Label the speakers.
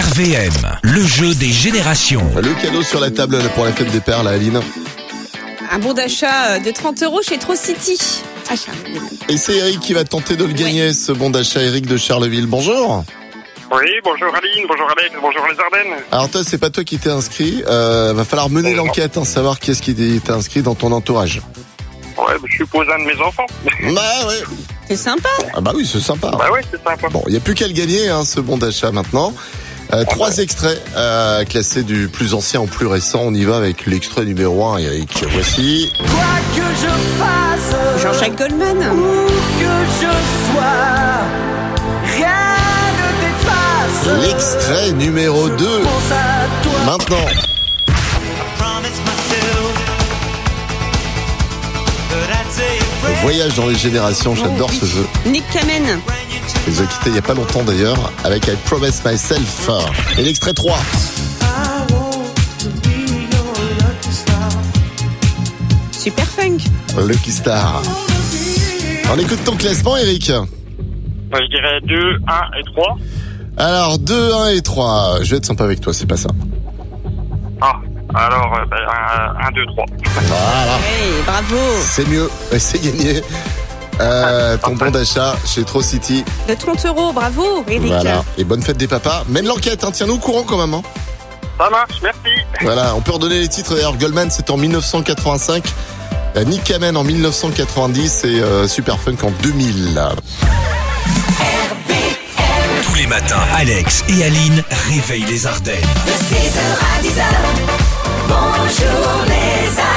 Speaker 1: RVM, le jeu des générations.
Speaker 2: Le cadeau sur la table pour la fête des pères, là, Aline.
Speaker 3: Un bon d'achat euh, de 30 euros chez Trocity. Ah, Charles.
Speaker 2: Et c'est Eric qui va tenter de le gagner, ce bon d'achat Eric de Charleville. Bonjour.
Speaker 4: Oui, bonjour Aline, bonjour Alex, bonjour les Ardennes.
Speaker 2: Alors toi, c'est pas toi qui t'es inscrit. Euh, va falloir mener
Speaker 4: Euh, non.
Speaker 2: l'enquête, hein, savoir qui est-ce qui t'est inscrit dans ton entourage.
Speaker 4: Ouais, bah, je suppose un de mes enfants.
Speaker 2: Bah ouais.
Speaker 3: C'est sympa. hein,
Speaker 2: Ah bah oui, c'est sympa.
Speaker 4: Bah ouais, c'est sympa.
Speaker 2: Bon, il n'y a plus qu'à le gagner, hein, ce bon d'achat maintenant. Euh, trois extraits euh, classés du plus ancien au plus récent. On y va avec l'extrait numéro 1, Eric. Voici.
Speaker 5: Quoi que je fasse,
Speaker 3: Jean-Jacques Goldman.
Speaker 2: Oh,
Speaker 5: où que je sois, rien ne t'efface.
Speaker 2: L'extrait numéro 2,
Speaker 5: Pense à toi.
Speaker 2: maintenant. Voyage dans les générations, j'adore ce jeu.
Speaker 3: Nick Kamen.
Speaker 2: Il nous a quitté il n'y a pas longtemps d'ailleurs, avec I Promise Myself. Et l'extrait 3.
Speaker 3: Super Funk.
Speaker 2: Lucky Star. On écoute ton classement, Eric.
Speaker 4: Bah, je dirais 2, 1 et 3.
Speaker 2: Alors, 2, 1 et 3. Je vais être sympa avec toi, c'est pas ça.
Speaker 4: Ah, alors, 1, 2, 3.
Speaker 2: Voilà.
Speaker 3: Hey, bravo.
Speaker 2: C'est mieux. Et C'est gagné. Euh, ton bon d'achat chez Trocity.
Speaker 3: De 30 euros, bravo, Eric.
Speaker 2: Voilà. Et bonne fête des papas. Mène l'enquête, hein. tiens-nous au courant quand même. hein.
Speaker 4: Ça marche, merci.
Speaker 2: Voilà, on peut redonner les titres. D'ailleurs, Goldman, c'était en 1985. euh, Nick Kamen en 1990 et euh, Super Funk en 2000.
Speaker 1: Tous les matins, Alex et Aline réveillent les Ardennes.
Speaker 6: De 6h à 10h, bonjour les Ardennes.